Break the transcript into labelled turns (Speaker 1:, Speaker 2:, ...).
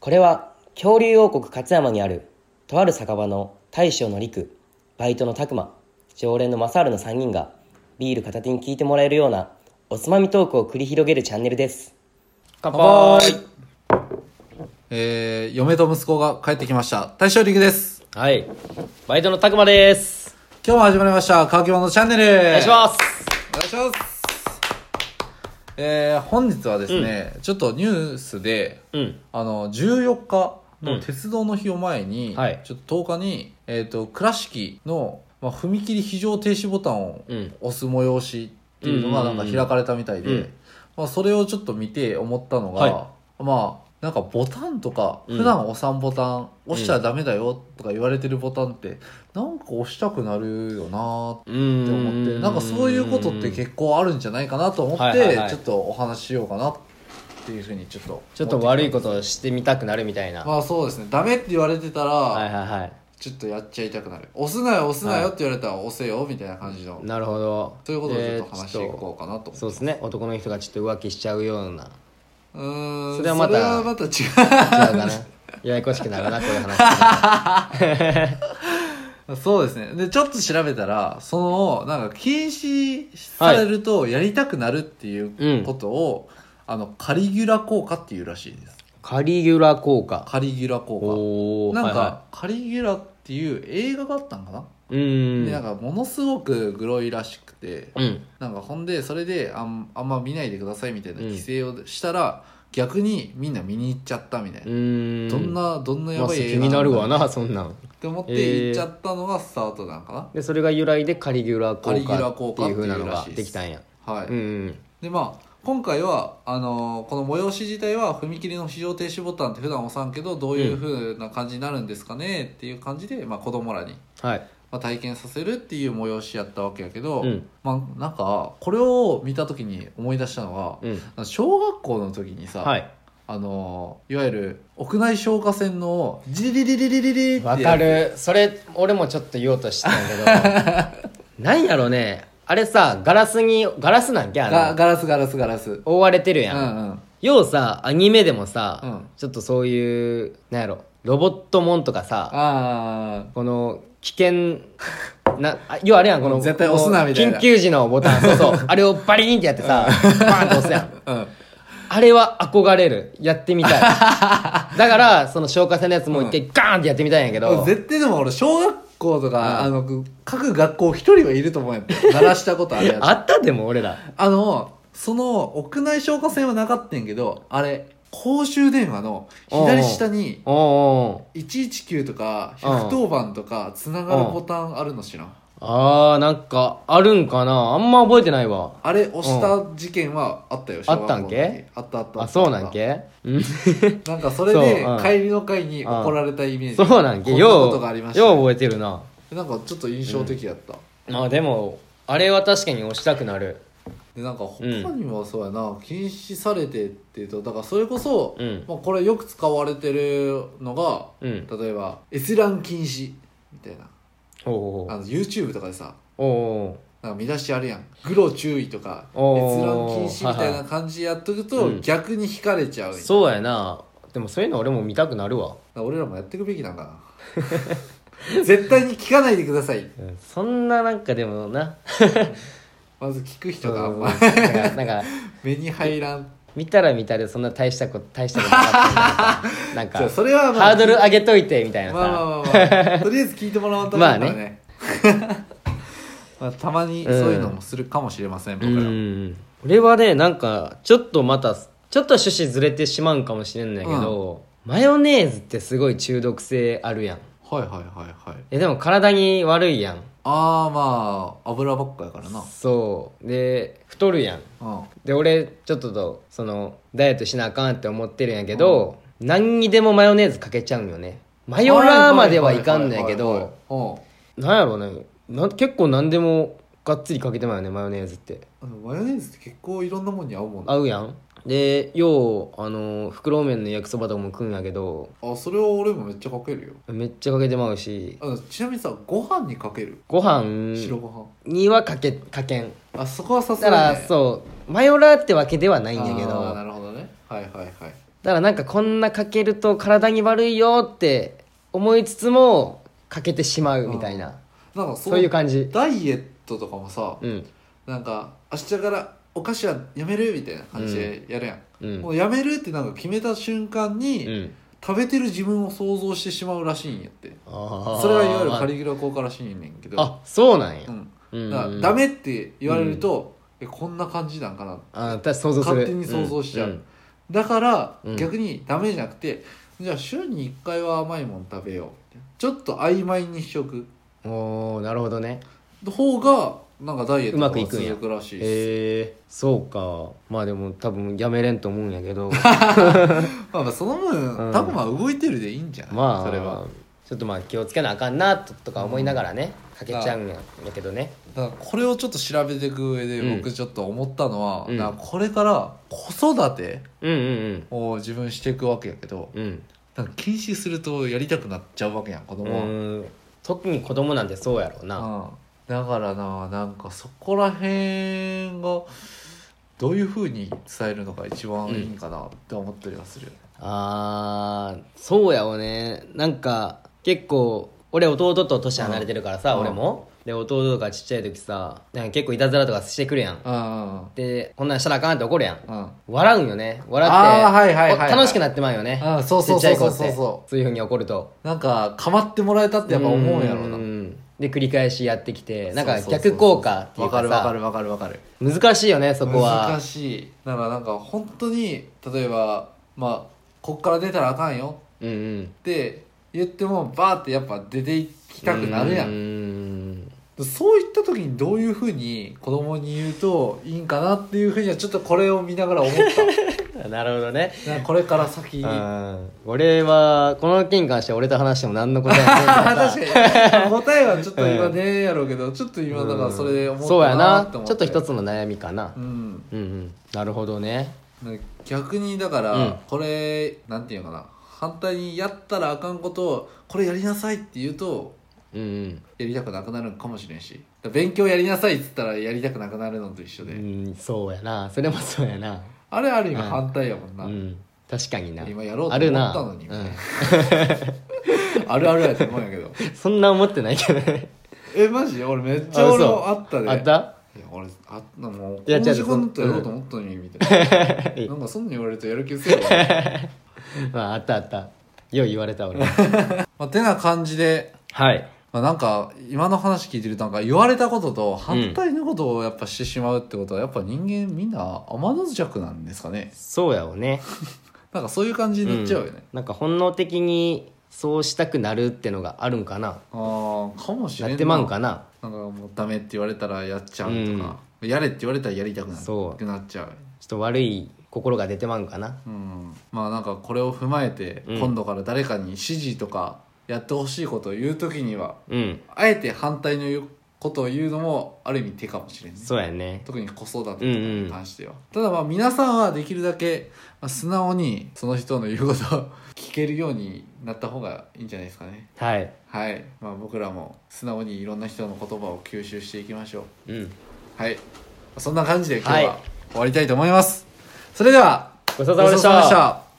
Speaker 1: これは恐竜王国勝山にあるとある酒場の大将の陸バイトの拓磨常連の正治の3人がビール片手に聞いてもらえるようなおつまみトークを繰り広げるチャンネルです
Speaker 2: 乾杯えー、嫁と息子が帰ってきました。大将陸です。
Speaker 1: はいバイトの拓磨です
Speaker 2: 今日も始まりました、乾き物チャンネル。お
Speaker 1: お
Speaker 2: 願
Speaker 1: 願いします
Speaker 2: す。お願いします。えー、本日はですね、ちょっとニュースで、
Speaker 1: うん
Speaker 2: あの、14日
Speaker 1: うん
Speaker 2: の鉄道の日を前に、
Speaker 1: はい
Speaker 2: ちょっと10日に、えっ、と、倉敷の、まあ、踏切非常停止ボタンを
Speaker 1: うん
Speaker 2: 押す催しっていうの
Speaker 1: う
Speaker 2: が
Speaker 1: ん
Speaker 2: な
Speaker 1: うんんうん
Speaker 2: か
Speaker 1: うん
Speaker 2: 開かれたみたいで、
Speaker 1: うん
Speaker 2: まあ、それをちょっと見て思ったのが、
Speaker 1: は
Speaker 2: まあ、なんかボタンとか、
Speaker 1: うん
Speaker 2: 普段押さんボタン、押したらダメだよとか言われてるボタンって、なんか押したくなるよなっ
Speaker 1: う
Speaker 2: て思って、なんかそういうことって結構あるんじゃないかなと思っ
Speaker 3: はいはい
Speaker 2: て
Speaker 3: は、い
Speaker 2: ちょっとお話ししようかなっていうふうにちょっと。
Speaker 3: ちょっと悪いことをしてみたくなるみたいな。
Speaker 2: まあそうですねダメって言われてたら、
Speaker 3: はいはいはい。
Speaker 2: ちょっとやっちゃいたくなる押すなよ押すなよって言われたら押せよみたいな感じの、
Speaker 3: なるほど。
Speaker 2: そういうことでちょっと
Speaker 3: で
Speaker 2: 話していこうかな
Speaker 3: ちょっ
Speaker 2: と
Speaker 3: と
Speaker 2: 思
Speaker 3: そうですね。男の人がちょっと浮気しちゃうような。
Speaker 2: ううーん
Speaker 3: それはまた
Speaker 2: それはまた違う
Speaker 3: 違うかな。ややこしくなるな、こういう話。
Speaker 2: そうですねでちょっと調べたらそのなんか禁止されるとやりたくなるっていうことを、あのカリギュラ効果っていうらしいです
Speaker 3: カリギュラ効果。
Speaker 2: カリギュラ効
Speaker 3: お
Speaker 2: 果
Speaker 3: ー
Speaker 2: なんか、
Speaker 3: はいは
Speaker 2: カリギュラっていう映画があったんかな、
Speaker 3: い、うー
Speaker 2: でなん
Speaker 3: ん。
Speaker 2: かものすごくグロいらしくて、
Speaker 3: うん。
Speaker 2: なんかほんでそれであんあんま見ないでくださいみたいな規制をしたら、逆にみんな見に行っちゃったみたいうな、
Speaker 3: ーん。
Speaker 2: どんなどんなや
Speaker 3: まあ、
Speaker 2: ばい
Speaker 3: 気
Speaker 2: 映画
Speaker 3: に
Speaker 2: んだ
Speaker 3: なるわな、そんなん。
Speaker 2: って思って行っちゃったのがスタートなんかな、
Speaker 3: で、それが由来でカリギュラ
Speaker 2: カリギュラ
Speaker 3: 効
Speaker 2: 効
Speaker 3: 果ってい
Speaker 2: 果っていうう
Speaker 3: ふうなの
Speaker 2: ら
Speaker 3: が
Speaker 2: しいです
Speaker 3: できたんや。
Speaker 2: はい、
Speaker 3: うんうん。
Speaker 2: でまあ今回はあのーこの催し自体は踏切の非常停止ボタンって普段押さんけどどういう風な感じになるんですかねっていう感じで、まあ、子供らに、
Speaker 3: はい。
Speaker 2: まあ、体験させるっていう催しやったわけやけど、
Speaker 3: うん
Speaker 2: まあ、なんかこれを見た時に思い出したのは、
Speaker 3: うん。
Speaker 2: 小学校の時にさ、
Speaker 3: はい。
Speaker 2: あのいわゆる屋内消火栓のジリリリリリリリって
Speaker 3: わかるそれ俺もちょっと言おうとしたんや けどなんやろねあれさガラスにガラスなんけあ
Speaker 2: が
Speaker 3: の
Speaker 2: ガラスガラスガラスうん
Speaker 3: 覆われてるや、
Speaker 2: うんん
Speaker 3: ようさアニメでもさ、
Speaker 2: うん
Speaker 3: ちょっとそういうなんやろロボットもんとかさ
Speaker 2: あ
Speaker 3: この危険なあ要はあれやんこの
Speaker 2: 絶対押すな
Speaker 3: この
Speaker 2: みたいな
Speaker 3: 緊急時のボタンそうそう あれをバリーンってやってさバーンと押すやん
Speaker 2: あうん
Speaker 3: あれは憧れるやってみたいだからその消火栓のやつもう一回ガーンってやってみたいんやけど、
Speaker 2: 絶対でも俺小学校とか、
Speaker 3: う
Speaker 2: あの各学校一人はいると思うんやって鳴らしたことあるや つ
Speaker 3: あったでも俺ら
Speaker 2: あのその屋内消火栓はなかったんやけどあれ公衆電話の左下に
Speaker 3: おうおう
Speaker 2: 119とか
Speaker 3: うん
Speaker 2: 110番とかつながるボタンあるの知らん
Speaker 3: あーなんかあるんかなあんま覚えてないわ
Speaker 2: あれ押した事件はあったよ、小学校の
Speaker 3: あっ
Speaker 2: 時
Speaker 3: たんけ
Speaker 2: あったあった
Speaker 3: あそうなんけ うん
Speaker 2: なんかそれで
Speaker 3: そううん
Speaker 2: 帰りの会に怒られたイメージ
Speaker 3: そうなんけ
Speaker 2: こんな
Speaker 3: よう
Speaker 2: ことがありました
Speaker 3: よう
Speaker 2: ね
Speaker 3: 覚えてるな
Speaker 2: なんかちょっと印象的やった、
Speaker 3: まあでもあれは確かに押したくなる
Speaker 2: でなんか他にもそうやな、禁止されてっていうとだからそれこそ、
Speaker 3: うん
Speaker 2: まあ、これよく使われてるのが、
Speaker 3: うん
Speaker 2: 例えば閲覧禁止みたいな
Speaker 3: おうお
Speaker 2: あ
Speaker 3: う
Speaker 2: の YouTube とかでさ
Speaker 3: おう
Speaker 2: なんか見出しあるやんグロ注意とか閲
Speaker 3: おー
Speaker 2: 覧禁止みたいな感じやっとくと、
Speaker 3: はいはいうん
Speaker 2: 逆に引かれちゃう
Speaker 3: お
Speaker 2: ん
Speaker 3: う
Speaker 2: やだか
Speaker 3: そうやなでもそういうの俺も見たくなるわ
Speaker 2: ら俺らもやっていくべきなんかな 絶対に聞かないでください
Speaker 3: うんそんななんかでもな
Speaker 2: まず聞く人があんま
Speaker 3: なんかなんか
Speaker 2: 目に入らん
Speaker 3: 見たら見たでそんな大したこと大したことなかったみたいななんか
Speaker 2: じゃあそれはまあ
Speaker 3: ハードル上げといてみたいなさ、
Speaker 2: まあまあま あ、まあ、とりあえず聞いてもらわんと思うからね,、
Speaker 3: まあ
Speaker 2: まあ、たまにそういうのもするかもしれません、僕らは
Speaker 3: うん俺はねなんかちょっとまたちょっと趣旨ずれてしまうんかもしれんないけど、マヨネーズってすごい中毒性あるやん
Speaker 2: はいはいはいはい
Speaker 3: えでも体に悪いやん
Speaker 2: ああまあ油ばっかやからな
Speaker 3: そうで太るやん
Speaker 2: うん
Speaker 3: で俺ちょっととそのダイエットしなあかんって思ってるんやけど、何にでもマヨネーズかけちゃうんよねマヨラーまではいかんのやけ
Speaker 2: はいはい
Speaker 3: ど
Speaker 2: はいはい
Speaker 3: なんやろねな結構何でもがっつりかけてまうよねマヨネーズって
Speaker 2: うんあのマヨネーズって結構いろんなもんに合うもんな
Speaker 3: 合うやんでようあの袋麺の焼きそばとかも食うんやけど
Speaker 2: あそれは俺もめっちゃかけるよ
Speaker 3: めっちゃかけてまうし
Speaker 2: あのちなみにさご飯にかける
Speaker 3: ご
Speaker 2: 白
Speaker 3: 飯
Speaker 2: ご飯、
Speaker 3: にはかけかけん
Speaker 2: あそこはさ
Speaker 3: だ
Speaker 2: す
Speaker 3: か
Speaker 2: がに、
Speaker 3: ら
Speaker 2: ね、
Speaker 3: そうマヨラーってわけではないんやけ
Speaker 2: あー
Speaker 3: ど
Speaker 2: なるほどねはいはいはい
Speaker 3: だからなんかこんなかけると体に悪いよって思いつつもかけてしまうみたいな、
Speaker 2: なんか
Speaker 3: そういう感じ
Speaker 2: ダイエットとかもさ、
Speaker 3: うん
Speaker 2: なんか明日からお菓子はやめるみたいな感じでやるやん、
Speaker 3: うん
Speaker 2: もうやめるってなんか決めた瞬間に、
Speaker 3: うん、
Speaker 2: 食べてる自分を想像してしまうらしいんやって
Speaker 3: あー
Speaker 2: それはいわゆるカリギュラ効果らしいんねんけど
Speaker 3: あそうなんや
Speaker 2: う、ん、
Speaker 3: うん
Speaker 2: だからダメって言われると、えこんな感じなんかな
Speaker 3: あ私想像する
Speaker 2: 勝手に想像しちゃうんだから、
Speaker 3: うん
Speaker 2: 逆にダメじゃなくてじゃあ週に1回は甘いもん食べようちょっと曖昧にしとく
Speaker 3: うんおーなるほどね
Speaker 2: 方がなんかダイエット
Speaker 3: うまくいくんや
Speaker 2: 続くらしいし
Speaker 3: へえそうかまあでも多分やめれんと思うんやけ ど
Speaker 2: まあまあその分、
Speaker 3: うん
Speaker 2: タコマは動いてるでいいんじゃない、
Speaker 3: まあ
Speaker 2: それは
Speaker 3: ちょっとまあ気をつけなあかんなととか思いながらね、かけちゃうんやけどね
Speaker 2: だからこれをちょっと調べていく上で
Speaker 3: うん
Speaker 2: 僕ちょっと思ったのは、
Speaker 3: うん
Speaker 2: だからこれから子育て
Speaker 3: うんうん
Speaker 2: を自分していくわけやけど
Speaker 3: うんうん
Speaker 2: なんか禁止するとやりたくなっちゃうわけやん子供は、うん
Speaker 3: うん特に子供なんてそうやろうな
Speaker 2: だからななんかそこら辺がどういうふうに伝えるのが一番いいんかなって思ったりはするよね、
Speaker 3: あーそうやよねなんか結構俺弟と年離れてるからさ
Speaker 2: うん
Speaker 3: 俺もで弟とかちっちゃい時さなんか結構いたずらとかしてくるやん
Speaker 2: あ
Speaker 3: でこんなんしたらあかんって怒るやん
Speaker 2: あうん
Speaker 3: 笑うんよね笑って
Speaker 2: あーはいはいはいはい
Speaker 3: お楽しくなってまうよね
Speaker 2: あーそうそう
Speaker 3: ち
Speaker 2: そ
Speaker 3: っちゃ
Speaker 2: うそ
Speaker 3: いう子って
Speaker 2: そうそ
Speaker 3: そういうふうに怒ると
Speaker 2: うなんか構ってもらえたってやっぱ思うんやろうな
Speaker 3: うんで繰り返しやってきてなんか
Speaker 2: そうそうそう
Speaker 3: 逆効果っていう
Speaker 2: わか
Speaker 3: か
Speaker 2: るわか
Speaker 3: さ
Speaker 2: るわかるわかる
Speaker 3: 難しいよねそこ
Speaker 2: 難
Speaker 3: は
Speaker 2: しいだからなんか本当に例えばまあこっから出たらあかんよ
Speaker 3: うんうん
Speaker 2: って言ってもバーってやっぱ出ていきたくなるや
Speaker 3: うんん
Speaker 2: そういった時にどういうふうに子供に言うといいんかなっていうふうにはちょっとこれを見ながら思っ
Speaker 3: なるほどね
Speaker 2: たなんかこれから先に
Speaker 3: うん俺はこの件に関しては俺と話しても何の答えもないか ら
Speaker 2: 確かに答えはちょっと今ねえやろうけどちょっと今だからそれで思っ
Speaker 3: そうや
Speaker 2: たな
Speaker 3: な
Speaker 2: って思って
Speaker 3: ちょっと一つの悩みかな
Speaker 2: う、ん
Speaker 3: うん、うんなるほどね
Speaker 2: 逆にだから、
Speaker 3: うん
Speaker 2: これなんていうのかな反対にやったらあかんことをこれやりなさいって言うと
Speaker 3: うんうん
Speaker 2: やりたくなくなるかもしれんし勉強やりなさいっつったらやりたくなくなるのと一緒
Speaker 3: う
Speaker 2: で、
Speaker 3: んそうやなそれもそうやな
Speaker 2: あれある意味
Speaker 3: うん
Speaker 2: 反対やもんな、
Speaker 3: うん確かにな
Speaker 2: 今やろうと
Speaker 3: ある
Speaker 2: 思
Speaker 3: な
Speaker 2: ったのに
Speaker 3: うん、
Speaker 2: あるあるやと思うんや けど
Speaker 3: そんな思ってないけどね
Speaker 2: えマジ俺めっちゃ俺も
Speaker 3: 嘘
Speaker 2: あったで
Speaker 3: あった
Speaker 2: いや俺あったもうこ
Speaker 3: いや違
Speaker 2: の
Speaker 3: う
Speaker 2: 時間だとやろうと思ったのにみたいななんかそんなん言われるとやる気うせえ わ
Speaker 3: まああったあったよう言われた俺
Speaker 2: まあてな感じで
Speaker 3: はい
Speaker 2: まあ、なんか今の話聞いてるとなんか言われたことと反対のことをやっぱしてしまうってことはやっぱ人間みんな天の弱なんですかね
Speaker 3: そうやわね
Speaker 2: なんかそういう感じになっちゃうよね、
Speaker 3: んなんか本能的にそうしたくなるってのがあるんかな
Speaker 2: ああかもし
Speaker 3: や
Speaker 2: れんな
Speaker 3: ってまうんかな
Speaker 2: なんかもうダメって言われたらやっちゃうとか、やれって言われたらやりたくな
Speaker 3: そう
Speaker 2: ってなっちゃう
Speaker 3: ちょっと悪い心が出てまうんかな
Speaker 2: うんまあなんかこれを踏まえて
Speaker 3: うん
Speaker 2: 今度から誰かに指示とかやってほしいことを言う時には、
Speaker 3: うん
Speaker 2: あえて反対の言うことを言うのもある意味手かもしれんね
Speaker 3: そうやね
Speaker 2: 特に子育てとかに関しては、ただまあ皆さんはできるだけまあ素直にその人の言うことを聞けるようになった方がいいんじゃないですかね
Speaker 3: はい
Speaker 2: はい、まあ、僕らも素直にいろんな人の言葉を吸収していきましょう
Speaker 3: うん
Speaker 2: はいそんな感じで今日
Speaker 3: は
Speaker 2: はい終わりたいと思います、それでは
Speaker 3: ごちそうさまでした
Speaker 2: ごちそうさまで